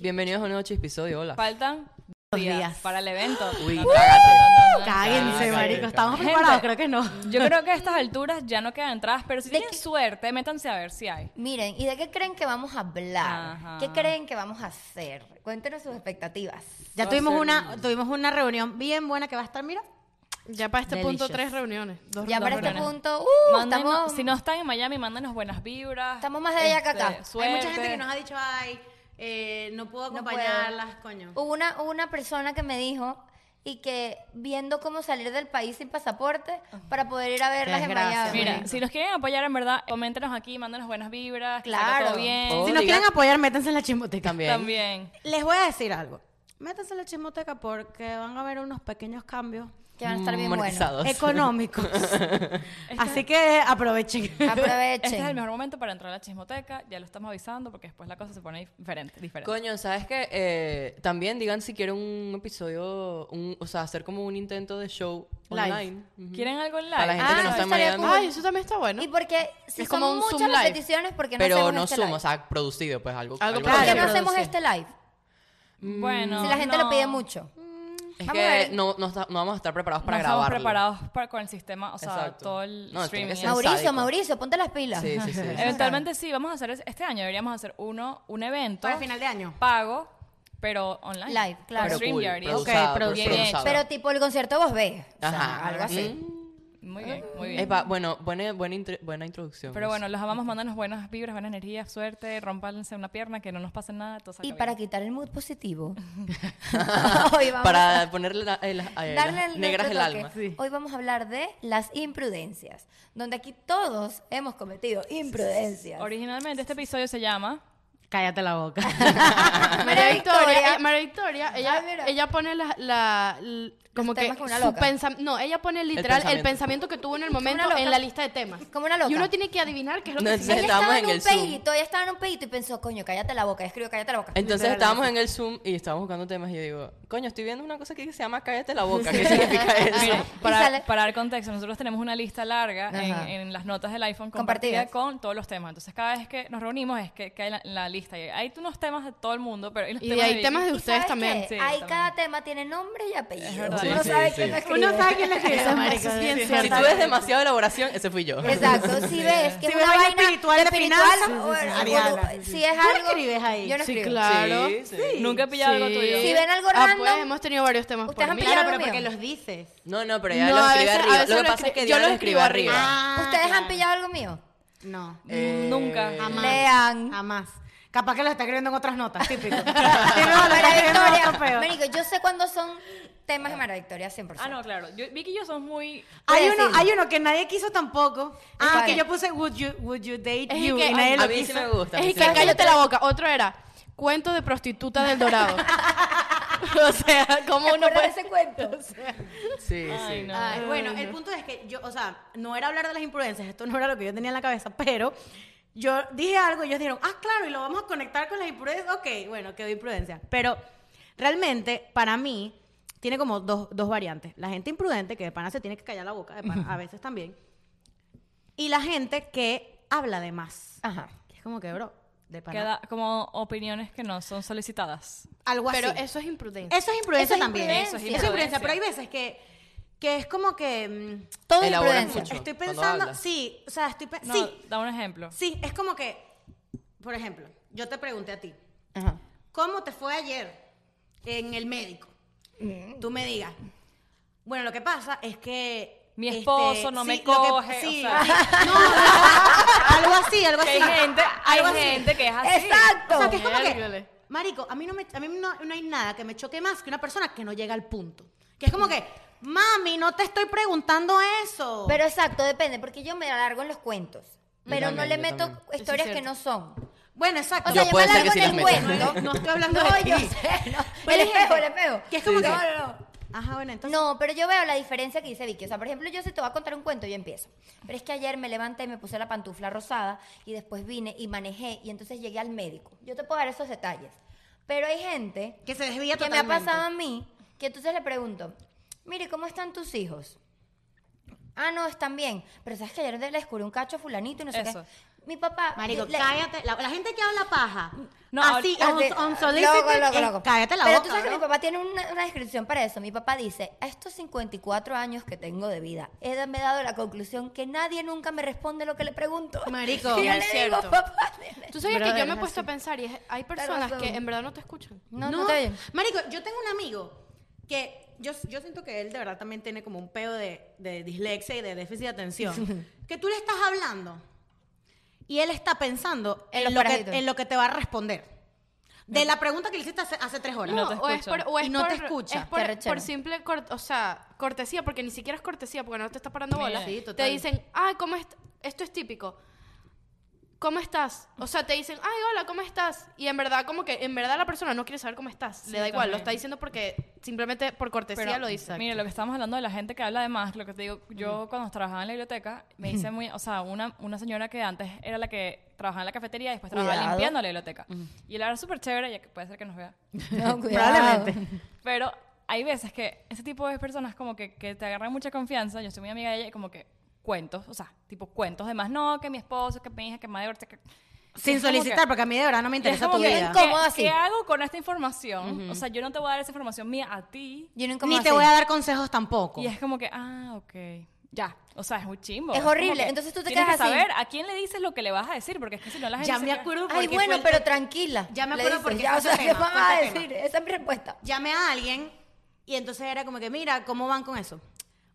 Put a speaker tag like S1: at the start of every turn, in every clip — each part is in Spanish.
S1: Bienvenidos a un nuevo episodio, hola.
S2: Faltan dos días,
S3: días.
S2: para el evento.
S1: Uy,
S2: No, no, no, no, no, no.
S3: Cáguense,
S1: cáguense,
S3: marico. Estamos
S2: cáguense.
S3: preparados, creo que no.
S2: Yo creo que a estas alturas ya no quedan entradas, pero si
S4: ¿De
S2: tienen
S4: qué?
S2: suerte, métanse a ver si hay.
S4: Miren, ¿y de qué creen que vamos a hablar?
S2: Ajá.
S4: ¿Qué creen que vamos a hacer? Cuéntenos sus expectativas.
S3: Ya
S2: Va a
S3: tuvimos
S2: ser-
S3: una, tuvimos una reunión bien buena que va a estar, mira.
S5: Ya para este punto,
S3: Delicious.
S5: tres reuniones. Dos
S4: ya para
S5: reuniones.
S4: este
S2: buenas.
S4: punto, uh,
S2: Mándenos-
S4: estamos,
S2: si no están en Miami, mándenos buenas vibras.
S4: estamos más de allá que
S2: Este,
S4: acá.
S2: Suerte.
S3: Hay mucha gente que nos ha dicho, ay, eh, no puedo
S4: No
S3: acompañarlas,
S4: puedo. Uh,
S3: coño.
S4: Hubo una, hubo una persona que me dijo y que viendo cómo salir del país sin pasaporte para poder ir a verlas en
S3: desgracia,
S4: Miami.
S2: Mira,
S3: Marico.
S2: si nos quieren apoyar, en verdad, coméntenos aquí, mándenos buenas vibras. que salga
S4: Claro.
S2: todo bien.
S1: Oh,
S3: si nos
S1: diga-
S3: quieren apoyar, métanse en la chismoteca.
S1: También.
S2: También.
S3: Les voy a decir algo. Métanse en la chismoteca porque van a haber unos pequeños cambios
S4: que van a estar bien buenas.
S1: Monetizados.
S3: económicos. Así que aprovechen.
S2: Este es el
S4: Aprovechen.
S2: mejor momento para entrar a la chismoteca. Ya lo estamos avisando porque después la cosa se pone diferente. diferente.
S1: Coño, ¿sabes qué? Eh, también digan si quieren un episodio, un- o sea, hacer como un intento de show
S3: Live.
S1: online. Ujú.
S2: ¿Quieren algo en live?
S1: Para la gente
S4: Ah,
S1: que no está en
S4: estaría
S1: Miami.
S4: cool.
S5: Ay, eso también está bueno.
S4: Y porque si
S1: es
S4: son
S1: como un
S4: muchas
S1: Zoom
S4: las
S1: live.
S4: peticiones, ¿por qué no
S1: Pero
S4: hacemos
S1: no
S4: este
S1: Zoom,
S4: live?
S1: o sea, producido, pues algo.
S5: Algo
S4: ¿Por qué
S5: claro,
S4: no
S1: parecido.
S4: hacemos
S5: producir.
S4: este live?
S2: Bueno.
S4: si la gente lo
S2: no.
S4: pide mucho.
S1: Es
S4: Vamos a
S1: que
S4: ver.
S1: no, no, está- no vamos a estar preparados para
S2: no estamos
S1: grabar.
S2: preparados para, con el sistema, o sea,
S1: Exacto.
S2: todo el
S1: No, tiene que ser
S2: streaming. Eso.
S1: Mauri-
S4: Mauricio,
S1: sádico.
S4: Mauricio, ponte las pilas.
S1: Sí, sí, sí.
S2: Eventualmente sí, vamos a hacer es- este año, deberíamos hacer uno, un evento.
S3: Para el final de año.
S2: Pago, pero online.
S4: Live, claro.
S2: Por
S1: Pero cool,
S2: StreamYard y eso.
S3: Ok,
S1: produzado,
S3: produ-
S2: bien
S1: produzado.
S2: hecho.
S4: Pero tipo el concierto vos ves. O sea,
S1: Ajá.
S4: algo así.
S2: Muy bien, muy bien.
S1: Mm. Epa, bueno, buena, buena, intro- buena introducción. pues.
S2: Pero bueno, los amamos, mándanos buenas vibras, buena energía, suerte, rompanse una pierna, que no nos pase nada. todo salga
S4: Y
S2: bien.
S4: para quitar el mood positivo, hoy vamos a
S1: para ponerle la- eh, las- eh,
S4: darle
S1: las
S4: el
S1: negras el
S4: nuestro
S1: alma.
S4: toque. Hoy vamos a hablar de las imprudencias, donde aquí todos hemos cometido imprudencias.
S2: Originalmente este episodio se llama...
S3: Cállate la boca.
S4: María
S5: María Victoria,
S4: Victoria.
S5: eh, María Victoria, ella,
S4: Ay, mira.
S5: ella pone la, la- l- como que
S4: temas como una
S5: su
S4: loca.
S5: pensamiento, no, ella pone literal el
S1: pensamiento.
S5: pensamiento que tuvo en el momento
S4: una loca.
S5: en la lista de temas.
S4: Como una loca.
S5: Y uno tiene que adivinar qué es lo
S1: No,
S5: que
S1: en
S5: significa.
S1: serio.
S4: Ella
S1: estábamos
S4: estaba
S1: en
S4: en un
S1: el Zoom.
S4: pedito, ella estaba en un pedito y pensó, coño, cállate la boca, escribió, cállate la boca.
S1: Entonces estábamos en el Zoom y estábamos buscando temas y yo digo, coño, estoy viendo una cosa que se llama cállate la boca. ¿Qué significa eso?
S2: Mira,
S4: Y sale-
S2: para, para dar contexto, nosotros tenemos una lista larga en,
S4: Ajá.
S2: en las notas del iPhone compartida
S4: Compartidas.
S2: con todos los temas. Entonces, cada vez que nos reunimos es que cae la, la lista. Y hay unos temas de todo el mundo, pero hay los
S5: Y
S2: temas
S5: de ahí
S2: Vicky.
S5: temas de
S4: ¿Y
S5: ustedes
S4: sabes
S5: también.
S4: qué?
S2: sí,
S4: Ahí
S2: también.
S4: cada tema tiene nombre y apellido.
S2: verdad.
S4: Uno
S1: Sí,
S4: sabe
S1: sí,
S4: quién
S1: sí.
S4: lo escribe.
S3: Uno sabe quién le escribió, marico.
S5: es bien
S3: sí,
S5: cierto.
S1: Si tú ves demasiada elaboración, ese fui yo.
S4: Exacto, si ves que
S3: Si
S4: es
S3: ves
S4: una
S3: algo
S4: vaina
S3: espiritual de finanzas,
S4: o-
S3: sí, sí, sí,
S4: algo-
S3: Ariana, sí, sí.
S4: si es
S3: Tú
S4: algo
S3: escribes ahí.
S4: yo no
S5: Sí,
S4: escribo.
S5: claro.
S1: Sí, sí.
S2: Nunca he pillado algo
S5: Sí.
S2: tuyo.
S4: Si ven algo
S5: Ah,
S4: random,
S5: pues hemos tenido varios temas por
S4: ¿Ustedes han
S5: mí.
S4: pillado
S3: Claro,
S4: lo
S3: pero
S4: mío.
S3: porque los dices.
S1: No, no, pero ella
S5: No,
S1: lo
S5: a
S1: escribe
S5: veces- a
S1: arriba.
S5: veces
S1: Lo que
S5: lo
S1: pasa es
S5: escri-
S1: que
S5: yo
S1: Diana
S5: lo
S1: lo
S5: escribo
S1: escribe arriba.
S4: ustedes han pillado algo mío.
S3: Ah. No.
S1: Eh,
S2: Nunca.
S3: Jamás.
S4: Lean.
S3: Jamás. Capaz que lo está escribiendo en otras notas, típico. Sí, no, lo está
S4: María
S3: escribiendo en
S4: Victoria,
S3: otro peo.
S4: Marico, yo sé cuándo son temas de María Victoria 100%.
S2: Ah, no, claro. Yo, Vicky y yo somos muy...
S3: Hay uno,
S4: decirlo.
S3: hay uno que nadie quiso tampoco. Ah,
S4: ¿Cuál?
S3: que yo puse would you, would you date
S5: Es
S3: you
S5: que-
S3: y nadie
S1: A
S3: lo
S1: mí sí
S3: quiso.
S1: me gusta. a mí
S5: Es
S1: sí
S5: que
S1: me gusta.
S5: cállate la boca. Otro era cuento de prostituta del Dorado. o sea, ¿cómo uno
S4: Pero
S5: puede
S4: ese cuento.
S1: Sí,
S2: Ay,
S1: sí.
S2: no.
S3: Ay, bueno, el punto es que yo, o sea, no era hablar de las imprudencias, esto no era lo que yo tenía en la cabeza, pero yo dije algo y ellos dijeron, ah, claro, y lo vamos a conectar con las imprudencias. Ok, bueno, quedó imprudencia. Pero realmente, para mí, tiene como dos, dos variantes. La gente imprudente, que de pana se tiene que callar la boca, de pana, a veces también. Y la gente que habla de más.
S4: Ajá.
S3: Que es como que, bro, de pana.
S2: Queda como opiniones que no son solicitadas.
S3: Algo así.
S5: Pero eso es imprudencia.
S3: Eso es imprudencia
S4: Eso es
S3: también.
S4: imprudencia.
S3: Eso es imprudencia, pero hay veces que, que es como que mm,
S4: Todo
S1: Elaboras
S4: imprudencia.
S1: mucho.
S3: estoy
S1: cuando
S3: pensando,
S1: hablas.
S3: sí, o sea, estoy pe-
S2: No,
S3: sí,
S2: da un ejemplo.
S3: sí, es como que por ejemplo, yo te pregunté a ti,
S4: Ajá.
S3: ¿cómo te fue ayer en el médico?
S2: Mm.
S3: Tú me digas. Bueno, lo que pasa es que
S2: Mi
S3: este,
S2: esposo no me
S3: lo que-
S2: coge, o
S3: sí,
S2: sea.
S3: sí, no, no, algo así, algo
S2: Que
S3: así.
S2: hay gente, hay
S3: algo así.
S2: gente que es así.
S4: Exacto.
S3: Ah, O sea, que es como que,
S5: Miércoles.
S3: marico, a mí, no, me, a mí no, no hay nada que me choque más que una persona que no llega al punto. Que es como que, mami, no te estoy preguntando eso.
S4: Pero exacto, depende, porque yo me alargo en los cuentos. Pero no
S1: también,
S4: le
S1: yo
S4: meto
S1: también.
S4: historias
S5: Eso es
S4: que no son.
S3: bueno, exacto.
S4: O
S1: Yo
S4: sea, yo me
S1: puede ser
S4: alargo
S1: que
S4: en
S1: sí
S4: el
S1: las meto.
S4: cuento.
S3: No, no estoy hablando
S4: No,
S3: de ti.
S4: yo sé,
S3: Pero
S4: no. el
S3: hay gente
S4: espejo, el espejo.
S3: que es como que-
S4: No, no, no.
S3: Ajá, bueno, entonces.
S4: No, pero yo veo la diferencia que dice Vicky. O sea, por ejemplo, yo si te voy a contar un cuento, yo empiezo. Pero es que ayer me levanté y me puse la pantufla rosada y después vine y manejé y entonces llegué al médico. Yo te puedo dar esos detalles. Pero hay gente
S3: Que se desvía
S4: que me ha
S3: totalmente.
S4: pasado a mí que entonces le pregunto, mire, ¿cómo están tus hijos? Ah, no, están bien. Pero sabes que ayer le descubrí un cacho a fulanito y no sé
S2: Eso.
S4: qué. Mi papá.
S3: Marico,
S4: le-
S3: cállate. La, la gente que habla paja.
S2: No,
S3: así,
S4: Ah, sí.
S3: un eh,
S4: Loco, loco, loco.
S3: Cállate la
S4: Pero
S3: boca.
S4: tú sabes que
S3: bro.
S4: mi papá tiene una, una descripción para eso. Mi papá dice, a estos 54 años que tengo de vida, he, da- me he dado la conclusión que nadie nunca me responde lo que le pregunto.
S3: Marico.
S4: Y yo
S3: Es
S4: le digo,
S5: cierto.
S4: papá,
S5: Tú sabes que
S3: Brother,
S5: yo me he
S3: es
S5: puesto
S3: así.
S5: a pensar y es- hay personas
S4: razón.
S5: que en verdad no te escuchan.
S4: no, no, te oyen.
S3: Marico, yo tengo un amigo que yo, yo siento que él de verdad también tiene como un peo de, de dislexia y de déficit de atención. que tú le estás hablando y él está pensando
S4: En
S3: en,
S4: los
S3: lo, que,
S4: parásitos.
S3: en lo que te va a responder. De la pregunta que le hiciste hace, hace tres horas.
S2: No
S5: No,
S2: te
S5: o es por,
S2: escucha.
S5: o es
S3: Y no te
S5: por-
S3: escucha.
S5: es
S4: Qué
S5: por,
S4: rechera.
S5: por simple cort- o sea, cortesía, porque ni siquiera es cortesía, porque no te está parando bola.
S2: Sí,
S5: te dicen, ay, ¿cómo est-?" Esto es típico. ¿Cómo estás? O sea, te dicen, ay, hola, ¿cómo estás? Y en verdad, como que en verdad la persona no quiere saber cómo estás. Le da igual, lo
S2: también.
S5: está diciendo porque simplemente por cortesía
S2: Pero,
S5: lo dice.
S2: Mira, lo que estamos hablando de la gente que habla de más, lo que te digo, yo cuando trabajaba en la biblioteca, me hice muy, o sea, una, una señora que antes era la que trabajaba en la cafetería y después trabajaba
S4: Cuidado.
S2: limpiando la biblioteca. Y él era súper chévere, ya que puede ser que nos vea.
S4: No, cuidado.
S3: Probablemente.
S2: Pero hay veces que ese tipo de personas como que, que te agarran mucha confianza, yo soy muy amiga de ella y como que cuentos, o sea, tipo cuentos de más, no, que mi esposo, que mi hija, que madre, que...
S3: Sin
S2: Es como que-
S3: solicitar, porque a mí de verdad no me
S2: y es
S3: interesa
S2: como
S3: tu
S2: que,
S3: vida.
S2: ¿qué,
S4: Incómodo así.
S2: qué hago con esta información? O sea, yo no te voy a dar esa información mía a ti.
S4: Yo nunca
S3: Ni
S4: más
S3: te
S4: así.
S3: voy a dar consejos tampoco.
S2: Y es como que, ah, ok, ya. O sea, es un chimbo.
S4: Es
S2: como
S4: horrible,
S2: que
S4: entonces tú te
S2: tienes
S4: quedas
S2: que
S4: así.
S2: saber a quién le dices lo que le vas a decir, porque es que si no la gente
S3: Ya
S2: se
S3: me
S2: queda-
S3: acuerdo por
S4: Ay,
S3: qué
S4: bueno,
S3: fue el
S4: pero
S3: tema.
S4: tranquila.
S3: Ya me
S4: le
S3: acuerdo
S4: dices.
S3: por qué
S4: Ya,
S3: fue
S4: o sea,
S3: ese
S4: ¿qué
S3: tema,
S4: vas
S3: fue
S4: a
S3: ese tema.
S4: decir? Esa es mi respuesta.
S3: llamé a alguien y entonces era como que, mira, ¿cómo van con eso?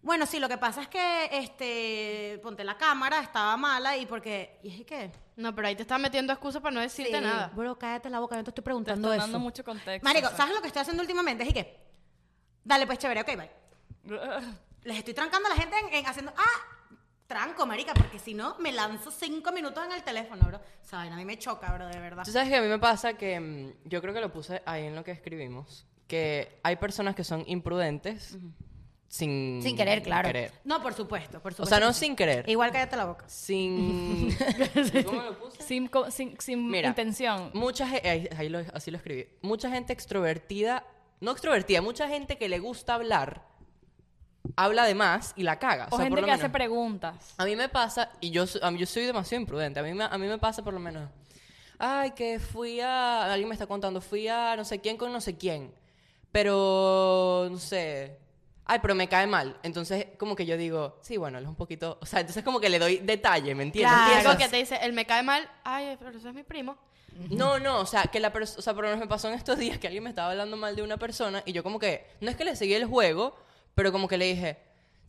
S3: Bueno, sí, lo que pasa es que, este, ponte la cámara, estaba mala y porque, y dije, ¿qué?
S5: No, pero ahí te están metiendo excusas para no decirte
S4: Sí.
S5: nada.
S3: Bro, cállate la boca, yo te estoy
S2: Te
S3: preguntando
S2: estoy
S3: eso.
S2: dando mucho contexto.
S3: Marico,
S2: o sea.
S3: ¿sabes lo que estoy haciendo últimamente? Dije, ¿qué? Dale, pues chévere, ok, bye. Les estoy trancando a la gente en, en haciendo, ah, tranco, marica, porque si no, me lanzo cinco minutos en el teléfono, bro. Saben, a mí me choca, bro, de verdad.
S1: Tú sabes que a mí me pasa que mm, yo creo que lo puse ahí en lo que escribimos, que hay personas que son imprudentes sin
S4: Sin querer, claro.
S1: querer.
S3: No, por supuesto, por
S1: O
S3: supuesto.
S1: sea, no sin querer.
S3: Igual cállate la boca.
S1: Sin ¿Cómo lo puse?
S2: Sin, co- sin, sin
S1: Mira,
S2: intención.
S1: Mucha ge- ahí- ahí lo- así lo escribí. Mucha gente extrovertida, no extrovertida, mucha gente que le gusta hablar habla de más y la caga. sea,
S2: O,
S1: por
S2: gente
S1: lo
S2: que hace
S1: menos-
S2: preguntas.
S1: a mí me pasa, y yo, so- a mí- yo soy demasiado imprudente, a mí, me, a mí me pasa por lo menos, ay, que fui a, alguien me está contando, fui a no sé quién con no sé quién, pero, no sé, ay, pero me cae mal. Entonces, como que yo digo, sí, bueno, él es un poquito, o sea, entonces como que le doy detalle, ¿me entiendes?
S5: Y es
S1: Empiezo-
S5: lo que te dice, él me cae mal, ay, pero ese es mi primo.
S1: no, no, o sea, que la persona, o sea, por lo menos me pasó en estos días que alguien me estaba hablando mal de una persona y yo como que, no es que le seguí el juego, pero como que le dije,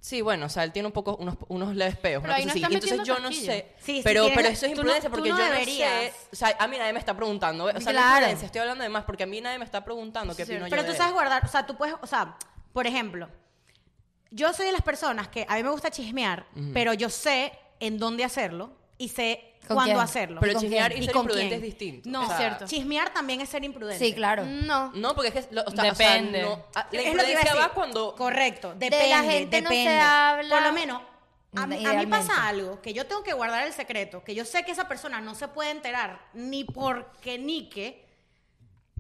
S1: sí, bueno, o sea, él tiene un poco, unos, unos leves peos,
S5: Pero
S1: una
S5: ahí
S1: cosa
S5: no
S1: así.
S5: estás
S1: Y entonces
S5: metiendo
S1: yo no
S5: casquillo.
S1: sé,
S3: Sí, sí,
S1: pero,
S3: tienes-
S1: pero eso es
S3: tú no-
S1: imprudencia
S3: tú
S1: porque
S3: no
S1: yo no
S3: deberías.
S1: sé, o sea, a mí nadie me está preguntando, o sea, no es
S4: Claro.
S1: imprudencia, estoy hablando de más porque a mí nadie me está preguntando qué
S5: Sí,
S1: opino yo
S3: Pero
S1: de
S3: tú
S1: él.
S3: sabes guardar, o sea, tú puedes, o sea, por ejemplo, yo soy de las personas que a mí me gusta chismear, pero yo sé en dónde hacerlo y sé
S4: ¿Con
S3: cuándo
S4: quién?
S3: hacerlo.
S1: Pero
S4: ¿Y con
S1: chismear
S4: quién?
S1: y, ser
S3: con
S1: imprudente
S3: quién.
S1: es distinto.
S3: No,
S1: o sea,
S5: cierto.
S3: chismear también es ser imprudente.
S4: Sí,
S5: Mm,
S4: claro.
S5: No.
S1: No, porque es que, lo- o sea, o sea,
S2: Depende.
S1: no- a- la
S3: Es lo que iba a
S1: imprudencia
S3: decir.
S1: va cuando...
S3: Correcto,
S4: la
S3: depende.
S4: gente no se
S3: depende.
S4: habla
S3: Por lo menos, a mí, a mí
S4: idealmente.
S3: pasa algo que yo tengo que guardar el secreto, que yo sé que esa persona no se puede enterar ni porque ni que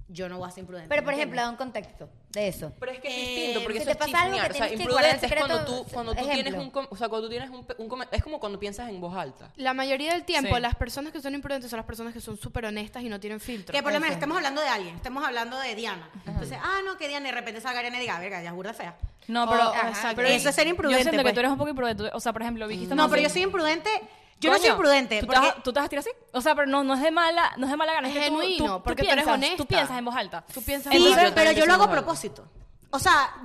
S3: yo no voy a ser imprudente.
S4: Pero,
S3: ¿me
S4: por ejemplo,
S3: entiendes?
S4: da un contexto de eso.
S1: Pero es que es
S3: Eh,
S1: distinto, porque
S4: si
S1: eso
S4: te
S1: es
S4: pasa algo que
S1: chismear. O sea,
S4: tienes que guardar
S1: imprudente es cuando tú,
S4: secreto,
S1: cuando tú
S4: ejemplo.
S1: tienes un... com- O sea, cuando tú tienes un... pe- un come- es como cuando piensas en voz alta.
S5: La mayoría del tiempo,
S2: Sí.
S5: las personas que son imprudentes son las personas que son súper honestas y no tienen filtro.
S3: Que por lo menos
S4: Eso.
S3: estamos hablando de alguien, estamos hablando de Diana. Entonces, ah, no, que Diana de repente salga Ariana y diga, verga, ya es burda fea.
S2: No, pero,
S5: O-
S3: Ajá,
S5: exacto.
S3: pero eso es ser
S2: yo
S3: imprudente.
S2: siento que
S3: pues.
S2: tú eres un poco imprudente. O sea, por ejemplo, Vicky está
S3: No,
S2: más-
S3: pero yo soy imprudente. Yo no soy
S2: Coño,
S3: imprudente.
S2: ¿tú,
S3: porque-
S2: te vas, tú te vas a tirar así? O sea, pero no, no es de mala, no es de mala gana.
S5: Es
S2: que tú-
S5: genuino,
S2: tú- tú
S5: porque tú eres
S2: piensas,
S5: honesta.
S2: Tú piensas en voz alta.
S5: Tú piensas
S3: Sí,
S5: en
S1: Entonces,
S3: pero,
S1: yo
S3: pero
S1: también
S3: yo lo hago a
S1: soy mujer.
S3: propósito. O sea, a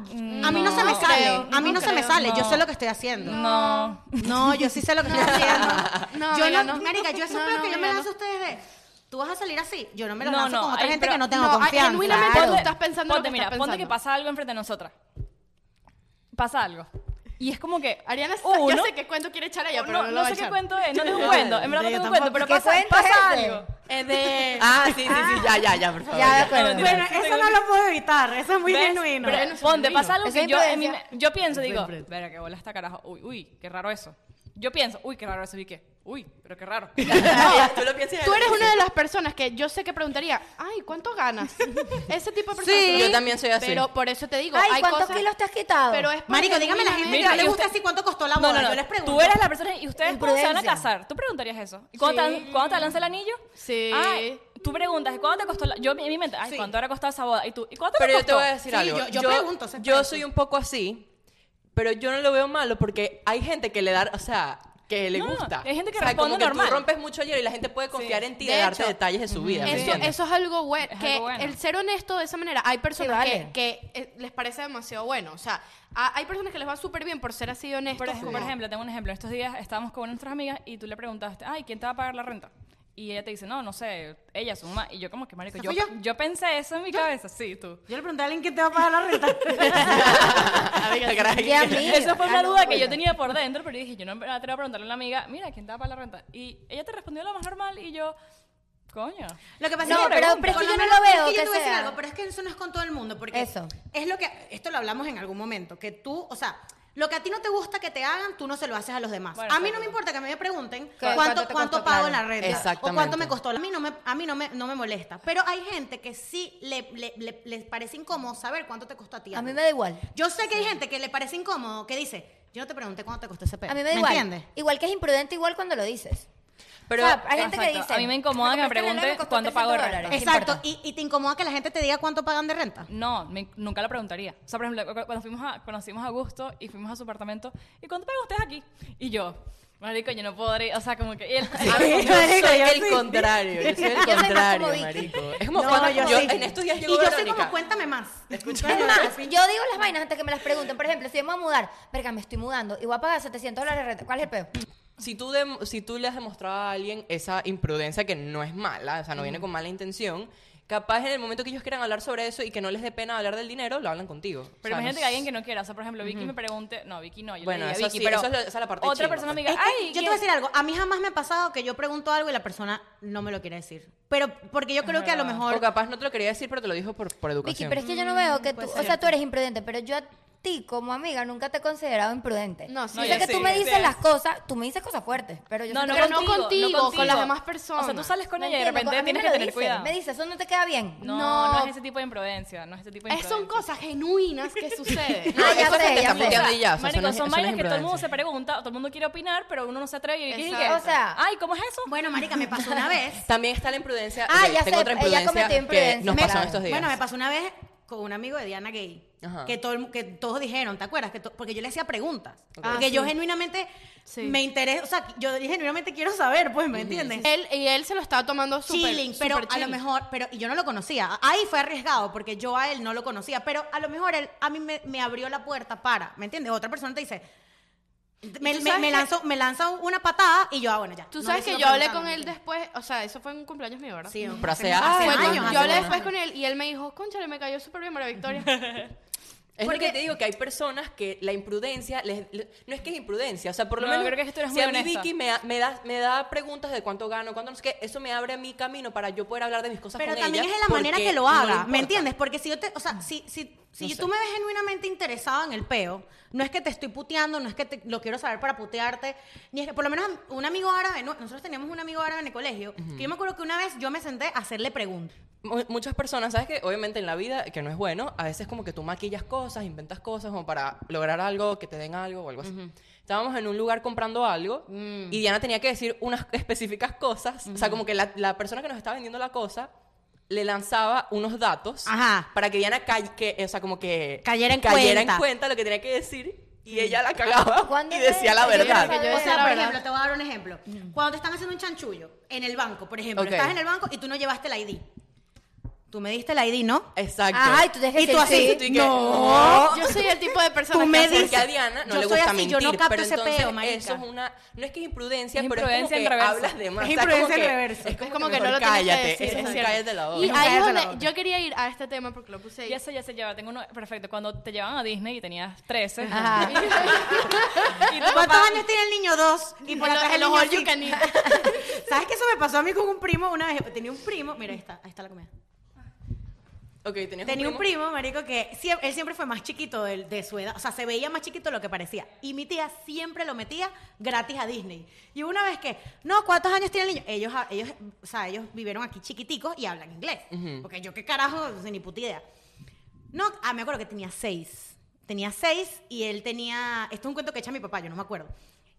S3: mí no, se me
S5: no
S3: sale.
S5: creo,
S3: a mí no,
S5: no
S3: se me
S5: creo,
S3: sale. Yo
S2: no.
S3: sé lo que estoy haciendo.
S2: No.
S3: No, yo sí sé lo que estoy haciendo.
S5: No,
S3: yo
S5: amiga,
S3: no,
S5: no.
S3: Marica, yo eso
S5: No,
S3: creo
S5: no,
S3: que yo me
S5: amiga,
S3: lanzo
S5: no.
S3: a ustedes de. Tú vas a salir así. Yo no me lo
S2: No,
S3: lanzo
S2: no,
S3: con otra
S2: ay,
S3: gente
S2: pero-
S3: que no tengo
S5: no, ay,
S3: confianza.
S5: genuinamente
S3: Claro.
S5: tú estás pensando lo
S2: ponte,
S5: que
S2: mira,
S5: estás
S2: ponte que
S5: pensando.
S2: pasa algo enfrente de nosotras. Pasa algo. Y es como que.
S5: Ariana, sa-
S2: uno,
S5: yo sé qué cuento quiere echar allá, pero no,
S2: no,
S5: lo
S2: no
S5: va a
S2: sé qué
S5: echar.
S2: cuento es, no es un cuento, en verdad no
S3: yo
S2: tengo un
S3: tampoco.
S2: cuento, pero
S4: ¿Qué
S2: pasa,
S4: cuento
S2: pasa
S4: es ese?
S2: algo.
S5: Es Eh, de...
S1: Ah, sí, sí, sí, ya, ya, ya, por favor.
S4: Ya, de
S1: ya.
S4: acuerdo.
S3: Bueno, eso no lo puedo evitar. Eso es muy
S2: ¿Ves?
S3: genuino.
S2: Pero,
S5: Bueno, eso es
S2: ponte,
S5: genuino.
S2: pasa algo
S4: Esa
S2: que yo, en mi
S4: imprudencia.
S2: me- yo pienso, digo,
S3: imprudencia.
S2: espera, que bola esta carajo. Uy, uy, qué raro eso. Yo pienso, uy, qué raro eso, vi que. Uy, pero qué raro.
S1: tú lo piensas. y
S5: Tú eres
S1: dices,
S5: una de las personas que yo sé que preguntaría, ay, ¿cuánto ganas? Ese tipo de personas.
S1: Sí. Yo también soy así.
S5: Pero por eso te digo,
S4: Ay,
S5: hay
S4: ¿cuántos
S5: cosas-
S4: kilos te has quitado?
S5: Pero es porque
S3: Marico, dígame a la gente
S2: Mira,
S3: que no
S2: y
S3: le gusta
S2: usted-
S3: así cuánto costó la
S2: No,
S3: boda.
S2: no, no.
S3: Yo les pregunto.
S2: Tú eres la persona y ustedes cuándo se van a
S4: Imprudencia.
S2: casar. Tú preguntarías eso. ¿Y ¿Cuándo,
S5: Sí.
S2: te, cuándo te lanza el anillo?
S5: Sí.
S2: Ay, tú preguntas, ¿y ¿cuándo te costó la Yo en mi mente, ay,
S3: Sí.
S2: ¿cuánto habrá costado esa boda? ¿Y tú? ¿Y cuánto
S1: Pero yo
S2: te
S1: te
S2: costó?
S1: voy a decir
S3: Sí,
S1: algo.
S3: yo- yo pregunto, se
S1: yo
S3: pregunto.
S1: soy un poco así, pero yo no lo veo malo porque hay gente que le da, o sea, que le
S2: No,
S1: gusta.
S2: hay gente que
S1: o sea,
S2: responde
S1: como que
S2: normal.
S1: tú rompes mucho hielo y la gente puede confiar en ti
S5: De
S1: de, darte
S5: hecho,
S1: detalles de su vida. ¿me
S5: Eso,
S1: entiendes?
S5: eso es algo bueno.
S2: Es
S5: que
S2: algo bueno.
S5: el ser honesto de esa manera, hay personas
S4: Sí, vale.
S5: que, que, eh, les parece demasiado bueno. O sea, a- hay personas que les va súper bien por ser así de honestos.
S2: Por, ej- por
S5: como-
S2: ejemplo, tengo un ejemplo. Estos días estábamos con una de nuestras amigas y tú le preguntaste, ay, ¿quién te va a pagar la renta? Y ella te dice, no, no sé, ella, su mamá. Y yo como que, marico,
S3: ¿Esa
S2: yo,
S3: fui yo?
S2: yo pensé eso en mi cabeza. Sí, tú.
S3: Yo le pregunté a alguien quién te va a pagar la renta.
S1: La cara de-
S4: ¿Qué a mí?
S2: Esa fue una
S4: Ah, no,
S2: duda que
S4: bueno.
S2: yo tenía por dentro, pero yo dije, yo no me atrevo a preguntarle a una amiga, mira, ¿quién te va a pagar la renta? Y ella te respondió lo más normal y yo, coño.
S3: Lo que pasa
S4: No,
S3: es que
S4: pero-
S3: con
S4: pero es que
S3: los
S4: yo no
S3: menores-
S4: lo veo
S3: es yo
S4: que
S3: te voy a decir
S4: sea.
S3: algo, pero es que eso no es con todo el mundo, porque
S4: Eso.
S3: es lo que esto lo hablamos en algún momento, que tú, o sea, lo que a ti no te gusta que te hagan, tú no se lo haces a los demás.
S2: Bueno,
S3: a mí
S2: claro.
S3: no me importa que a mí me pregunten
S4: Claro,
S3: cuánto
S4: cuánto te
S3: cuánto
S4: costó,
S3: pago la
S4: claro.
S3: renta o
S1: Exactamente.
S3: cuánto me costó. A mí no me a mí no me no me molesta, pero hay gente que sí le, le- le- les parece incómodo saber cuánto te costó a ti.
S4: A
S3: algo.
S4: mí me da igual.
S3: Yo sé que hay gente que le parece incómodo que dice, "Yo no te pregunté cuánto te costó ese pedo."
S4: A mí me da igual.
S3: entiendes?
S4: Igual que es imprudente igual cuando lo dices.
S1: Pero
S4: o sea, hay gente que
S2: Exacto.
S4: dice...
S2: A mí me incomoda que me
S4: compraste
S2: pregunte
S4: una lana,
S2: cuánto
S4: costó
S2: pago de
S4: 300
S2: renta.
S4: dólares.
S3: Exacto,
S4: Importa.
S3: y, y te incomoda que la gente te diga cuánto pagan de renta.
S2: No, me- nunca lo preguntaría. O sea, por ejemplo, cu- cuando fuimos a, conocimos a Augusto y fuimos a su apartamento, ¿y cuánto pagan ustedes aquí? Y yo, marico, yo no podría, o sea, como que... y él-
S1: Ah, no, yo
S3: Marico,
S1: soy
S3: yo
S1: el
S3: sí.
S1: contrario, yo soy el
S4: soy más
S1: contrario,
S4: como Vicky.
S1: marico. Es como
S3: No,
S1: cuando
S3: yo
S1: yo
S3: sí.
S1: en estos días
S3: Y
S1: llegó
S3: yo soy
S1: Verónica.
S3: como, cuéntame más.
S4: Es más, yo digo las vainas antes que me las pregunten. Por ejemplo, si vamos a mudar, verga, me estoy mudando y voy a pagar 700 dólares de renta. ¿Cuál es el peo?
S1: si tú, dem- si tú le has demostrado a alguien esa imprudencia que no es mala, o sea, no viene con mala intención, capaz en el momento que ellos quieran hablar sobre eso y que no les dé pena hablar del dinero, lo hablan contigo. O
S2: Pero
S1: sea,
S2: imagínate
S1: no
S2: que alguien que no quiera, o sea, por ejemplo, Vicky me pregunte, no, Vicky no, yo
S1: Bueno,
S2: le diría
S1: eso
S2: Vicky,
S1: sí,
S2: pero
S1: eso es lo- esa es la parte
S2: otra
S1: chimba,
S2: persona me
S1: pues.
S2: diga,
S3: Es que
S2: ay,
S3: yo te voy a decir algo. A mí jamás me ha pasado que yo pregunto algo y la persona no me lo quiere decir. Pero porque yo creo que a
S4: Ah.
S3: lo
S1: O
S3: mejor.
S1: capaz no te lo quería decir, pero te lo dijo por, por
S4: Vicky,
S1: educación.
S4: pero es que yo no veo que tú, o sea, tú eres imprudente, pero yo a ti como amiga nunca te he considerado imprudente.
S5: No, sí,
S4: Yo sé
S2: yo
S4: que tú
S2: sí,
S4: me
S2: sí
S4: dices
S2: es.
S4: las cosas, tú me dices cosas fuertes, pero yo
S2: no,
S4: siento
S2: no,
S4: que
S5: pero no
S2: contigo,
S5: contigo, con las demás
S2: O sea, tú
S5: personas.
S2: sales con
S4: no
S2: ella y de
S4: entiendo,
S2: repente
S4: a mí
S2: tienes
S4: me
S2: que
S4: lo
S2: tener
S4: dice,
S2: cuidado.
S4: Me dices, eso no te queda bien.
S2: No,
S5: No.
S2: no es ese tipo de imprudencia, no es ese tipo de
S5: Es-
S2: imprudencia.
S5: son cosas genuinas que suceden.
S1: No,
S4: Ah, ya
S1: eso es
S4: sé,
S1: que te
S4: ya
S1: están
S4: sé.
S1: puteando y ya. o sea, eso
S2: Marico,
S1: no es-
S2: son
S1: eso no es
S2: vainas que todo el mundo
S1: imprudencia.
S2: se pregunta, todo el mundo quiere opinar, pero uno no se atreve y ¿qué
S5: Exacto.
S2: que-
S4: O sea-
S2: ay, ¿cómo es eso?
S3: Bueno, Marica, me pasó una vez.
S1: También está la imprudencia.
S4: Ah,
S1: ok,
S4: ya
S1: tengo
S4: sé,
S1: otra
S4: ella
S1: imprudencia,
S4: cometió
S1: que
S4: imprudencia,
S1: nos pasó en
S4: claro.
S1: estos días.
S3: Bueno, me pasó una vez con un amigo de Diana Gay.
S1: Ajá.
S3: Que, todo, el- que todos dijeron, ¿te acuerdas? Que to- porque yo le hacía preguntas.
S5: Ah,
S3: Porque yo
S5: sí.
S3: genuinamente
S5: Sí.
S3: me interesa, o sea, yo genuinamente quiero saber, pues, ¿me entiendes?
S5: Él, y él se lo estaba tomando súper
S3: chilling, pero
S5: súper
S3: a lo
S5: chill.
S3: mejor, pero y yo no lo conocía. Ahí fue arriesgado porque yo a él no lo conocía, pero a lo mejor él a mí me, me abrió la puerta para, ¿me entiendes? Otra persona te dice me,
S5: tú
S3: me-
S5: sabes
S3: me
S5: que-
S3: lanzó, me lanza una patada y yo, ah, bueno, ya.
S5: Tú
S3: no
S5: sabes
S3: le
S5: que
S3: sigo
S5: yo hablé
S3: preguntando,
S5: con él
S3: ¿me entiendes?
S5: después, o sea, eso fue en un cumpleaños mío, ¿verdad?
S3: Sí,
S1: Pero hace
S5: Fue
S1: años,
S5: con-
S1: hace
S5: yo hablé
S1: años.
S5: después con él y él me dijo, conchale, me cayó súper bien María Victoria.
S1: Es lo
S3: Porque-
S1: que te digo, que hay personas que la imprudencia, les- le- no es que es imprudencia, o sea, por lo
S2: No,
S1: menos,
S2: creo que esto eres
S1: si
S2: muy
S1: a mí
S2: honesta.
S1: Vicky me, da- me da, me da preguntas de cuánto gano, cuánto no sé qué, eso me abre mi camino para yo poder hablar de mis cosas
S3: Pero
S1: con
S3: también
S1: ella,
S3: es de la manera
S1: porque
S3: que lo
S1: no le
S3: haga,
S1: importa.
S3: ¿me entiendes? Porque si yo te, o sea, si, si, si
S1: No
S3: tú
S1: sé.
S3: me ves genuinamente interesado en el peo, no es que te estoy puteando, no es que te- lo quiero saber para putearte, ni es que, por lo menos un amigo árabe, no- nosotros teníamos un amigo árabe en el colegio, que yo me acuerdo que una vez yo me senté a hacerle preguntas.
S1: Mu- Muchas personas, ¿sabes que Obviamente en la vida, que no es bueno, a veces como que tú maquillas cosas, inventas cosas como para lograr algo, que te den algo o algo así. Estábamos en un lugar comprando algo
S3: Mm.
S1: y Diana tenía que decir unas específicas cosas. O sea, como que la, la persona que nos estaba vendiendo la cosa le lanzaba unos datos
S3: Ajá.
S1: para que Diana cay- que, o sea, como que
S3: Cayera en cuenta.
S1: en cuenta lo que tenía que decir y ella la cagaba
S4: ¿Cuándo
S1: y
S4: es?
S1: decía la
S4: Yo creo que
S1: verdad.
S3: O
S4: yo
S5: Esa es
S3: sea,
S5: la
S3: por
S5: verdad.
S3: ejemplo, te voy a dar un ejemplo. Cuando te están haciendo un chanchullo en el banco, por ejemplo,
S1: Ok.
S3: estás en el banco y tú no llevaste el ID. Tú me diste el ID, ¿no?
S1: Exacto.
S4: Ay, tú tienes que
S3: Y tú
S4: decir
S3: así,
S4: sí.
S1: y que-
S3: no.
S5: Yo soy el tipo de persona
S3: Oh. Tú
S5: que
S3: me
S5: hace-
S1: Porque
S3: dices,
S1: a Diana no le
S3: yo soy
S1: gusta
S3: así, yo
S1: mentir,
S3: no capto
S1: pero
S3: ese
S1: entonces
S3: peo, marica.
S1: eso es una no es que es imprudencia,
S2: Es
S1: pero
S2: imprudencia
S1: es
S2: en
S1: como que
S2: reversa.
S1: hablas de más,
S3: Es
S1: o sea, como
S3: imprudencia en
S1: que-
S3: reversa.
S5: Es como que no
S1: mejor
S5: lo tienes
S1: cállate,
S5: que decir.
S1: es
S5: es
S1: decir,
S5: cierto.
S1: cállate la boca.
S5: Y
S3: Nunca
S5: ahí es
S3: cállate la
S5: donde
S3: boca.
S5: yo quería ir a este tema porque lo puse ahí.
S2: Ya sé, ya sé, lleva, tengo uno perfecto. Cuando te llevaban a Disney y tenías 13.
S4: Ajá.
S2: Y tu
S3: ¿Cuántos
S2: papá-
S3: años tiene el niño? Dos. Y por
S5: En
S3: atrás
S5: lo- en
S3: el
S5: los
S3: niño
S5: all you
S3: así.
S5: can eat.
S3: ¿Sabes que eso me pasó a mí con un primo una vez? Tenía un primo, mira, ahí está, ahí está la comida.
S1: Ok, tenías
S3: Tenía
S1: un primo.
S3: marico, que siem- él siempre fue más chiquito de, de su edad. O sea, se veía más chiquito de lo que parecía. Y mi tía siempre lo metía gratis a Disney. Y una vez que, no, ¿cuántos años tiene el niño? Ellos, ha- ellos, o sea, ellos vivieron aquí chiquiticos y hablan inglés. Porque yo qué carajo, no sé, ni puta idea. No, ah, me acuerdo que tenía seis. Tenía seis y él tenía. Esto es un cuento que echa mi papá, yo no me acuerdo.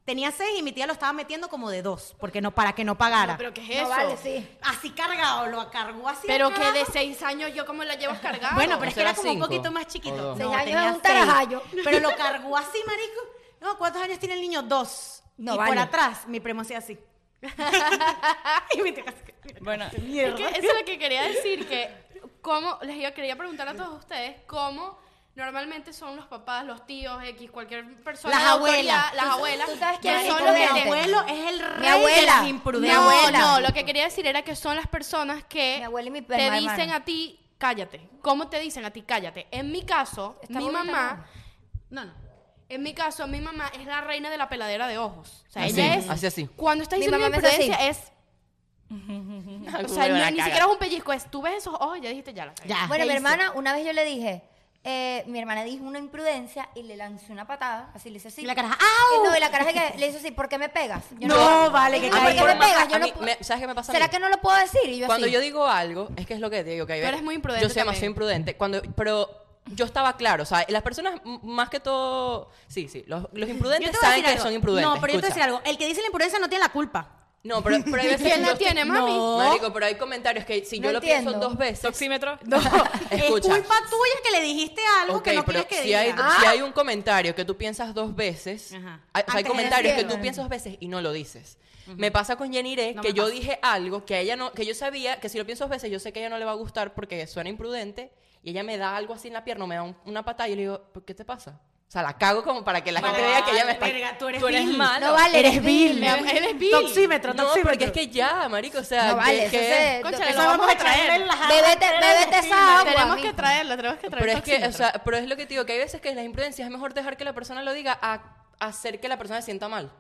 S3: Tenía seis y mi tía lo estaba metiendo como de dos, porque no, para que no pagara.
S5: No, pero ¿qué es
S4: No
S5: eso?
S4: vale, sí.
S3: Así cargado, lo cargó así.
S5: Pero que de
S3: carajo.
S5: seis años yo como la llevo cargada.
S3: Bueno, pero
S1: ¿O
S3: es que era
S1: será
S3: como un
S1: cinco?
S3: poquito más
S1: ¿O
S3: chiquito.
S1: dos?
S4: Seis años
S3: tenía
S4: es un tarajayo.
S3: Pero lo cargó así, marico. No, ¿cuántos años tiene el niño? Dos.
S4: No
S3: y por
S4: vale.
S3: atrás, mi primo hacía así. y mi tía casi que, mira,
S2: Bueno,
S3: qué
S5: Es
S3: mierda.
S5: que eso es lo que quería decir, que cómo, les iba- quería preguntar a todos ustedes cómo normalmente son los papás, los tíos, X, cualquier persona,
S3: Las
S5: de autoridad,
S3: abuelas.
S5: las
S4: Tú-
S5: abuelas,
S4: tú sabes
S5: que
S4: quién es
S5: son
S3: Marico,
S5: los
S3: mi
S5: que
S4: imprudente.
S5: te-
S3: abuelo es el rey
S4: abuela.
S3: de las
S4: Mi
S3: imprudentes.
S4: abuela.
S5: No, no, lo que quería decir era que son las personas que
S4: Mi abuela y mi
S5: te
S4: hermana.
S5: dicen a ti, cállate. ¿Cómo te dicen a ti, cállate? En mi caso,
S4: Está
S5: mi
S4: bonita,
S5: mamá,
S4: ¿no?
S3: No, no.
S5: en mi caso, mi mamá es la reina de la peladera de ojos. O sea,
S1: Así,
S5: ella es.
S1: así, así.
S5: Cuando está
S4: Mi
S5: diciendo una
S4: mamá me hace
S5: imprudencia, es.
S1: Ah,
S5: O sea,
S1: huevona,
S5: ni- ni
S1: caga.
S5: siquiera es un pellizco, es tú ves esos ojos y ya dijiste ya la cagué.
S3: Ya.
S4: Bueno, mi
S3: hice.
S4: hermana, una vez yo le dije, eh, mi hermana dijo una imprudencia y le lancé una patada, así le hice así.
S3: Y la caraja,
S4: Y
S3: ¡au!
S4: no, y la caraja que le hizo así, ¿por qué me pegas? Yo
S3: No, vale, que
S4: Ah, ¿por
S3: caí.
S4: qué me
S1: Por más-
S4: pegas? Yo
S1: a
S4: no
S1: mí
S4: puedo-
S1: me- ¿Sabes qué me pasa a
S4: ¿Será
S1: mí?
S4: que no lo puedo decir? Y yo
S1: Cuando
S4: así.
S1: yo digo algo, es que es lo que digo. que
S5: Tú eres muy imprudente
S1: Yo soy demasiado
S5: también.
S1: imprudente. Cuando, pero yo estaba claro, o sea, las personas m- más que todo... Sí, sí, los, los
S3: Yo
S1: imprudentes
S3: te voy a
S1: saben
S3: decir
S1: que
S3: algo.
S1: son imprudentes.
S3: No, pero yo te voy a decir
S1: escucha.
S3: algo. El que dice la imprudencia no tiene la culpa.
S1: No, pero, pero hay veces
S5: ¿Quién
S1: que
S5: la
S1: yo estoy-
S5: tiene, mami?
S1: No.
S5: No.
S1: Marico, pero hay comentarios que si
S4: No
S1: yo lo
S4: entiendo.
S1: pienso dos veces...
S2: Toxímetro.
S3: No. Es
S1: Escucha.
S3: culpa tuya que le dijiste algo
S1: Ok,
S3: que no
S1: pero
S3: quieres que
S1: si
S3: diga.
S1: hay,
S3: Ah,
S1: si hay un comentario que tú piensas dos veces,
S3: Ajá.
S1: hay, o sea, hay
S3: Antes de
S1: comentarios que
S4: decirlo.
S1: tú piensas dos veces y no lo dices. Me pasa con Jenire
S3: No me
S1: que yo
S3: pasa.
S1: dije algo que a ella no, que yo sabía que si lo pienso dos veces yo sé que a ella no le va a gustar porque suena imprudente y ella me da algo así en la pierna, o me da un- una patada y yo le digo, "¿Por qué te pasa?" O sea, la cago como para que la gente vea que ella me está
S3: Verga, tú eres,
S1: Tú eres
S3: vil.
S1: malo.
S4: No vale,
S3: "Ah, Eres vil.
S4: me-
S5: Él es vil.
S3: Toxímetro,
S1: No,
S3: toxímetro.
S1: porque es que ya, marico, o sea,
S4: No
S1: que-
S4: vale, eso
S1: que-
S4: se-
S5: Cónchale,
S3: Eso
S5: lo
S3: vamos a
S5: traer.
S3: traer en las
S4: Bébete, bébete esa agua.
S5: Tenemos que
S4: mijo.
S5: traerla, tenemos que traer
S1: Pero es que, o
S5: toxímetro.
S1: sea, pero es lo que te digo, que hay veces que las imprudencias es mejor dejar que la persona lo diga a hacer que la persona se sienta mal.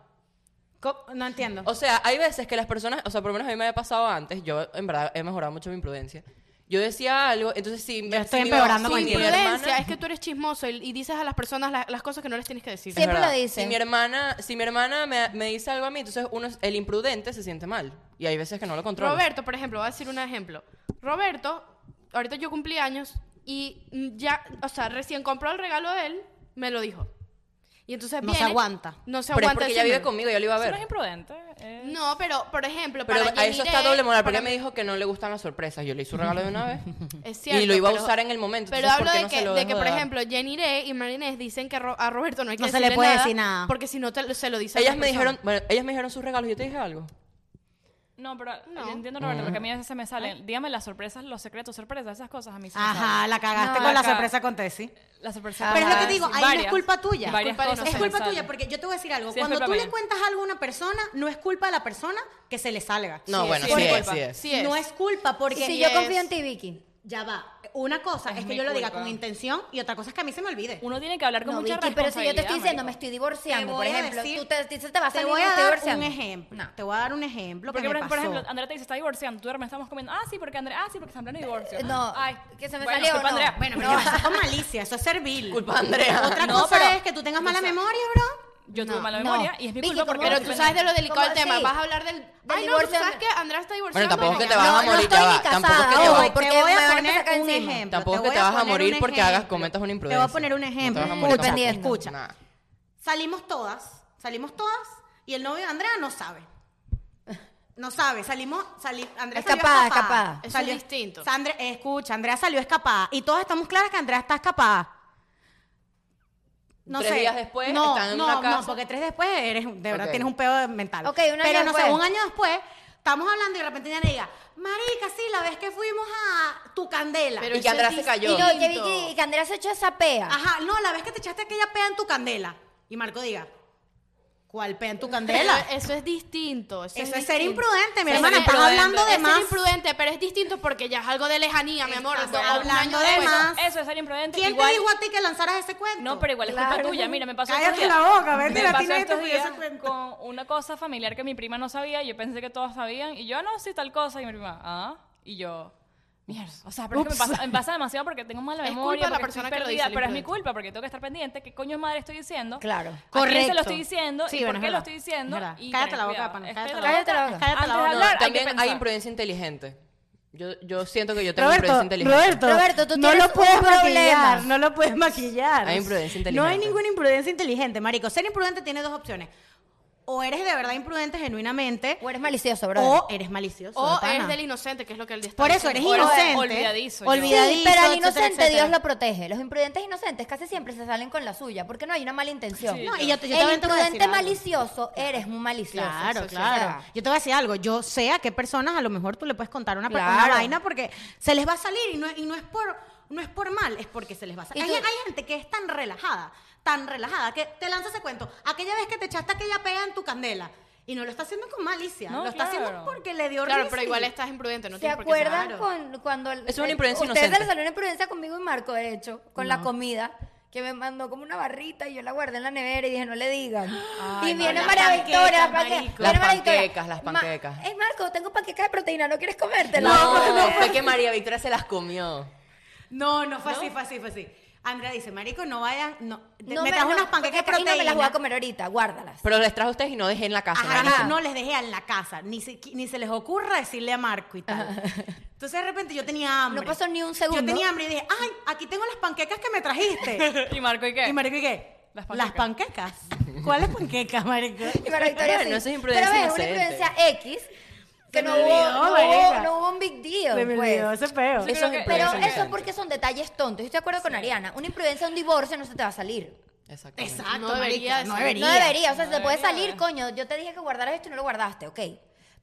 S3: Co- No entiendo.
S1: O sea, hay veces que las personas, o sea, por lo menos a mí me había pasado antes, yo en verdad he mejorado mucho mi imprudencia. Yo decía algo, entonces sí, me
S3: estoy empeorando
S5: Tu
S3: con
S1: mi
S3: tu
S5: imprudencia
S1: hermana-
S5: es que tú eres chismoso y, y dices a las personas la- las cosas que no les tienes que decir.
S1: es
S4: Siempre
S1: verdad.
S4: lo dicen.
S1: Si mi hermana, si mi hermana me, me dice algo a mí, entonces uno, es- el imprudente se siente mal. Y hay veces que no lo controla.
S5: Roberto, por ejemplo, voy a decir un ejemplo. Roberto, ahorita yo cumplí años y mm, ya, o sea, recién compró el regalo de él, me lo dijo. Y entonces
S3: No se
S5: viene-
S3: aguanta.
S5: No se
S1: pero es
S5: aguanta.
S1: porque ella vive
S5: decírmelo.
S1: conmigo, yo lo iba a
S2: Eso no es
S1: ver.
S2: imprudente. eh.
S5: No, pero, por ejemplo,
S1: Pero
S5: para
S1: a eso está
S5: Yanire,
S1: doble moral, porque
S5: para
S1: ella me dijo que no le gustan las sorpresas. Yo le hice un regalo de una vez.
S5: Es cierto,
S1: y lo iba a
S5: pero-
S1: usar en el momento.
S5: Pero
S1: entonces,
S5: hablo
S1: ¿por qué
S5: de
S1: no
S5: que,
S1: se lo
S5: de
S1: dejo
S5: que, por
S1: dar?
S5: ejemplo, Jenny Ray y Marinés dicen que a, Ro- a Roberto no hay que
S3: No se le
S5: decirle
S3: puede
S5: nada,
S3: decir nada.
S5: Porque si no te- se lo dice a
S1: Ellas
S5: otra
S1: me
S5: persona.
S1: dijeron, bueno, ellas me dijeron sus regalos. ¿Yo te dije algo?
S2: No, pero
S5: No.
S2: yo entiendo, Roberto, porque a mí a veces se me salen. Dígame las sorpresas, los secretos, sorpresas, esas cosas a mí se me
S3: Ajá,
S2: salen.
S3: la cagaste
S2: No,
S3: con la
S2: acá.
S3: sorpresa con Tessie.
S2: Las sorpresas.
S3: Pero es lo
S2: Ajá,
S3: que digo,
S2: sí,
S3: ahí no es
S2: varias.
S3: culpa tuya.
S2: Varias
S5: Culpa
S2: cosas
S5: de nosotros.
S3: Es
S2: se me
S3: culpa tuya,
S2: salen.
S3: porque yo te voy a decir algo.
S2: Sí, es
S3: Cuando
S2: culpa
S3: tú le
S2: mía.
S3: cuentas algo a una persona, no es culpa de la persona que se le salga.
S1: No,
S5: Sí,
S1: bueno,
S5: sí,
S1: sí,
S5: es
S1: es,
S5: culpa.
S1: sí es.
S5: Sí es.
S3: No es culpa porque
S4: Y si
S5: Sí
S4: yo
S5: es.
S4: confío en ti, Vicky.
S3: ya va. Una cosa es, que
S2: mi
S3: yo lo diga
S2: culpa.
S3: con intención y otra cosa es que a mí se me olvide.
S2: Uno tiene que hablar con
S4: No,
S2: mucha
S4: Vicky, pero si yo te estoy
S2: responsabilidad,
S4: diciendo, me
S2: marico.
S4: estoy divorciando,
S3: Te
S4: por
S3: voy a
S4: ejemplo,
S3: decir-
S4: tú te, dices, te vas a
S3: Te
S4: salir
S3: voy
S4: me
S3: a
S4: estoy
S3: dar un
S4: divorciando.
S3: ejemplo.
S4: No.
S3: Te voy a dar un ejemplo
S2: Porque,
S3: que me
S2: por, por
S3: pasó.
S2: ejemplo, Andrea te dice, está divorciando. Tú ahora me estamos comiendo, ah, sí, porque Andrea, ah, sí, porque está hablando de divorcio.
S4: No,
S2: Ay,
S4: que se me
S2: bueno,
S4: salió.
S2: culpa
S4: no.
S2: Andrea.
S3: Bueno, pero
S4: No.
S3: eso es con malicia, eso es servil.
S1: Culpa de Andrea.
S3: Otra
S2: No,
S3: cosa
S2: pero-
S3: es que tú tengas mala memoria, bro.
S2: Yo
S4: No,
S2: tuve mala
S4: no.
S2: memoria y es mi
S4: Vicky,
S2: culpa
S4: ¿cómo
S2: porque...
S4: vas
S5: Pero tú sabes de lo delicado
S4: ¿Cómo
S5: del tema.
S4: así?
S5: Vas a hablar del, Ay, no,
S4: divorcio.
S5: tú sabes que Andrea está divorciando.
S1: tampoco que te
S5: ya.
S1: vas a
S4: No, no
S1: morir,
S4: estoy
S1: ya
S4: ni
S1: va, tampoco
S4: casada,
S1: que te
S4: ojo,
S1: vas-
S4: porque
S3: te voy
S4: me
S3: a
S4: van
S3: poner
S4: sacar
S3: un
S4: encima.
S3: ejemplo.
S1: Tampoco
S3: voy
S1: que te
S3: a
S1: vas a
S3: poner
S1: morir
S3: un
S1: porque hagas-
S3: ejemplo.
S1: cometas una
S3: Te
S1: imprudencia.
S3: voy a poner un
S1: No te vas a
S3: ejemplo.
S1: morir
S3: Escucha,
S1: tampoco.
S3: escucha.
S1: Nada.
S3: Salimos todas, salimos todas y el novio de Andrea no sabe. No sabe, salimos, sali- Andrea salió
S4: Escapada, escapada.
S3: escapada.
S5: Eso es
S3: Salió-
S5: distinto.
S3: Sandra- escucha, Andrea salió escapada y todas estamos claras que Andrea está escapada. No
S1: Tres
S3: sé.
S1: días después,
S3: no,
S1: están en
S3: no,
S1: una casa.
S3: No, porque tres después eres, de verdad
S1: Ok.
S3: tienes un pedo mental.
S4: Ok, un año
S3: Pero no sé,
S4: después.
S3: un año después estamos hablando y de repente ella me diga, marica, sí, la vez que fuimos a tu candela.
S5: Pero
S1: Y que
S5: eso es
S1: Andrea se cayó.
S4: Y no, que
S5: distinto.
S4: Vicky, que Andrea se echó esa pea.
S3: Ajá, no, la vez que te echaste aquella pea en tu candela. Y Marco diga, ¿cuál pea en tu candela?
S5: Pero Eso es distinto. Eso,
S3: Eso
S5: es
S3: es ser
S5: distinto.
S3: imprudente, mi
S5: Eso
S3: hermana.
S5: es
S3: Estás
S5: imprudente.
S3: hablando de
S5: Es ser
S3: más.
S5: imprudente, pero es distinto porque ya es algo de lejanía, mi amor.
S3: Estás
S5: Do- un
S3: hablando
S5: año
S3: de
S5: después.
S3: más.
S2: Eso es ser imprudente.
S3: ¿Quién
S2: igual,
S3: te dijo a ti que lanzaras ese cuento?
S2: No, pero igual es culpa
S4: Claro.
S2: tuya. Mira, me pasó
S3: Cállate
S2: estos días-
S3: la boca, vete,
S2: me
S3: la
S2: pasó
S3: tina de
S2: estos
S3: tu vida se
S2: días
S3: cuenta.
S2: con una cosa familiar que mi prima no sabía. Yo pensé que todos sabían. Y yo, "Ah, no, sí, tal cosa. Y mi prima, ah. Y yo, Mierda. O sea, pero es que me
S5: Ups.
S2: pasa, me pasa demasiado porque tengo mala
S5: Es culpa
S2: memoria.
S5: de la
S2: porque estoy
S5: persona que lo
S2: perdida,
S5: dice, el
S2: Pero es mi
S5: influencer.
S2: culpa porque tengo que estar pendiente. ¿Qué coño madre estoy diciendo?
S4: Claro.
S2: ¿A quién se
S3: Correcto.
S2: lo estoy diciendo?
S3: Sí,
S2: ¿Y
S3: bueno,
S2: por
S3: es
S2: qué lo
S3: verdad.
S2: estoy diciendo?
S3: Es verdad.
S2: Y
S3: Cállate
S2: tener
S3: la boca,
S2: cuidado.
S3: pana,
S2: Es
S3: cállate
S2: que
S3: la
S4: boca.
S2: Antes
S3: Cállate la
S2: de
S3: boca.
S1: No,
S2: hablar, hay que
S1: también hay
S2: pensar.
S1: imprudencia inteligente. Yo, yo siento que yo tengo
S3: Roberto,
S1: imprudencia inteligente.
S3: Roberto,
S4: Roberto, tú
S3: no
S4: tienes
S3: lo
S4: un
S3: puedes
S4: problema.
S3: maquillar, no lo puedes maquillar.
S1: Hay imprudencia inteligente.
S3: No hay ninguna imprudencia inteligente, marico. Ser imprudente tiene dos opciones. O eres de verdad imprudente genuinamente,
S4: O eres malicioso, bro.
S3: o eres malicioso.
S5: O
S3: de pana.
S5: eres del inocente, que es lo que él está
S3: Por eso eres
S5: diciendo.
S2: O eres
S3: inocente.
S2: olvidadizo, yo.
S4: Sí,
S3: Olvidadizo,
S4: pero al
S3: etcétera,
S4: inocente
S3: etcétera.
S4: Dios lo protege. Los imprudentes e inocentes casi siempre se salen con la suya porque no hay una mala intención.
S2: Sí,
S3: No, y yo, yo también
S4: el
S3: te voy a decir
S4: imprudente
S3: algo.
S4: malicioso eres un malicioso.
S3: Claro,
S4: O sea,
S3: claro. Yo te voy a decir algo. Yo sé a qué personas a lo mejor tú le puedes contar una, per- una
S4: Claro.
S3: vaina porque se les va a salir y no, y no es por no es por mal, es porque se les va a salir.
S4: Y
S3: Hay,
S4: tú-
S3: hay gente que es tan relajada, tan relajada, que te lanza ese cuento. Aquella vez que te echaste aquella pega en tu candela y no lo está haciendo con malicia,
S2: No,
S3: lo está
S2: claro.
S3: haciendo porque le dio
S5: Claro,
S3: risa
S5: pero
S3: y-
S5: igual estás imprudente, no
S4: ¿Se
S5: tienes por qué ser-
S4: acuerdan
S3: Claro.
S4: con, cuando... el-
S1: Es una
S4: el-
S1: imprudencia
S4: Ustedes
S1: inocente.
S4: les salió una imprudencia conmigo y Marco, de hecho, con la comida, que me mandó como una barrita y yo la guardé en la nevera y dije, no le digan. y
S3: no,
S4: viene
S3: las
S4: María
S3: panquecas,
S4: Victoria, las panque-
S3: marico.
S4: viene
S1: Las
S4: María Victoria,
S1: panquecas, las
S4: "Ma-
S1: panquecas.
S4: "Ey, Marco, tengo panquecas de proteína, ¿no quieres comértelas?
S1: No, fue que María Victoria se las comió.
S3: No, no fue así, fue así, fue así. Andrea dice, "Marico, no vayan, no, te-
S4: No
S3: me trajo
S4: no,
S3: unas panquecas
S4: panquecas y no me las voy a
S3: proteínas.
S4: comer ahorita, guárdalas.
S1: Pero les trajo a ustedes y no dejé en la casa.
S3: Ajá,
S1: marico.
S4: Ajá.
S3: no les dejé en la casa, ni se, ni se les ocurra decirle a Marco y tal. Entonces de repente yo tenía hambre.
S4: No pasó ni un segundo.
S3: Yo tenía hambre y dije, ay, aquí tengo las panquecas que me trajiste.
S2: ¿Y Marco y qué?
S3: y Marco, ¿y qué?
S2: Las
S3: Las panquecas. ¿Cuáles panquecas, Marco?
S4: Y María Victoria
S1: Bueno,
S4: sí.
S1: eso es imprudencia
S4: Pero ves, una
S1: inocente.
S4: imprudencia X que
S3: Se
S4: no,
S3: me
S4: hubo,
S3: olvidó,
S4: no, hubo,
S3: marica.
S4: no hubo un big deal.
S3: Se me
S4: pues.
S3: olvidó ese peo.
S1: Eso
S2: Sí,
S1: es
S2: creo que-
S4: Pero
S1: imprudencia
S4: eso es
S1: inocente.
S4: porque son detalles tontos. Yo estoy de acuerdo con Ariana. Una imprudencia, un divorcio no se te va a salir.
S1: Exactamente.
S3: Exacto,
S5: No debería
S3: marica, no
S5: ser.
S3: debería.
S4: No debería. O sea, se te puede
S2: debería.
S4: salir, coño. Yo te dije que guardaras esto y no lo guardaste, ok.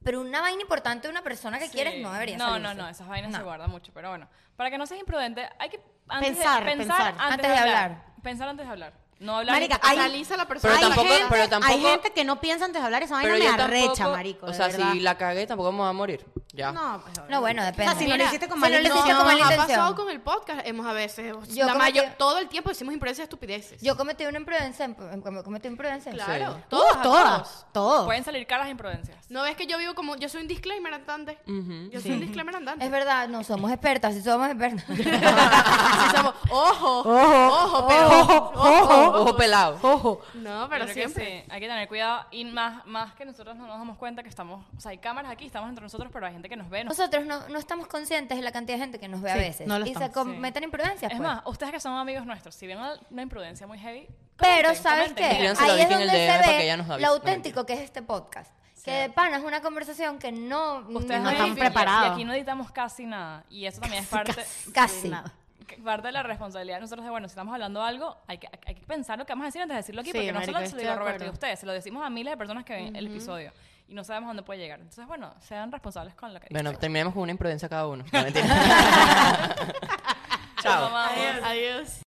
S4: Pero una vaina importante de una persona que
S2: Sí.
S4: quieres no debería
S2: No,
S4: salirse.
S2: no, no, esas vainas
S4: No.
S2: se guardan mucho, pero bueno. Para que no seas imprudente, hay que antes de-
S3: Pensar, pensar.
S2: antes,
S4: Antes
S2: de
S4: de
S2: hablar.
S4: hablar.
S2: Pensar antes de hablar. No hablar.
S3: Marica,
S2: antes-
S3: hay-
S5: Analiza a la persona.
S1: Pero
S3: hay,
S1: tampoco-
S3: gente,
S1: pero tampoco-
S3: hay gente que no piensa antes de hablar, esa vaina me
S1: yo
S3: arrecha,
S1: tampoco-
S3: marico.
S1: O
S3: de
S1: sea,
S3: verdad.
S1: si la cagué, tampoco vamos a morir. Ya.
S3: No, pues,
S4: No, bueno, depende.
S3: O sea, si no lo
S5: Mira,
S3: hiciste con
S4: si no lo
S3: mala
S4: hiciste
S3: intención,
S4: con mala
S5: ha
S4: intención.
S5: pasado con el podcast, hemos a veces,
S4: Yo
S5: la
S4: como
S5: mayor,
S4: que-
S5: todo el tiempo decimos imprudencia estupideces.
S4: Yo cometí una imprudencia. en- com- Cometí imprudencia.
S5: claro,
S1: Sí.
S5: todos,
S3: Uh,
S5: a todos.
S3: todas, todos.
S2: Pueden salir caras de imprudencias.
S5: No ves que yo vivo como, yo soy un disclaimer andante. Yo soy un disclaimer andante.
S4: Es verdad, no somos expertas, sí somos expertas.
S5: Así somos, ojo, ojo, pero,
S3: ojo, ojo.
S1: Ojo pelado.
S3: Ojo.
S5: No, pero
S2: Yo creo que
S5: siempre.
S2: sí, hay que tener cuidado y más, más que nosotros no nos damos cuenta que estamos, o sea, hay cámaras aquí, estamos entre nosotros, pero hay gente que nos ve. nos-
S4: Nosotros no, no estamos conscientes de la cantidad de gente que nos ve a
S3: Sí,
S4: veces.
S3: no lo
S4: y se
S3: estamos,
S4: cometen imprudencias.
S2: Es
S4: pues.
S2: más, ustedes que son amigos nuestros, si ven al- una imprudencia muy heavy,
S4: Pero
S2: comenten,
S4: ¿sabes
S2: comenten,
S4: qué?
S2: digan,
S1: Escríbanselo
S4: Ahí
S1: ahorita
S4: es
S1: en el
S4: donde
S1: DM para
S4: se
S1: que ella
S4: ve
S1: nos avise.
S4: lo auténtico que es este podcast. Que de pana es una conversación que no...
S2: Ustedes
S4: no-
S3: no están
S2: editan,
S3: preparados.
S2: Y aquí no editamos casi nada. Y eso también es parte,
S4: Casi.
S2: que- parte de la responsabilidad de nosotros de, bueno, si estamos hablando algo, hay que, hay que pensar lo que vamos a decir antes de decirlo aquí,
S3: Sí,
S2: porque no
S3: marica,
S2: solo se lo
S3: estoy
S2: digo a
S3: de
S2: Roberto y a
S3: acuerdo.
S2: ustedes, se lo decimos a miles de personas que ven el episodio. Y no sabemos a dónde puede llegar. Entonces, bueno, sean responsables con lo que dicen.
S1: Bueno, terminemos con una imprudencia cada uno. No, mentira.
S2: Chao. mamá.
S5: Adiós.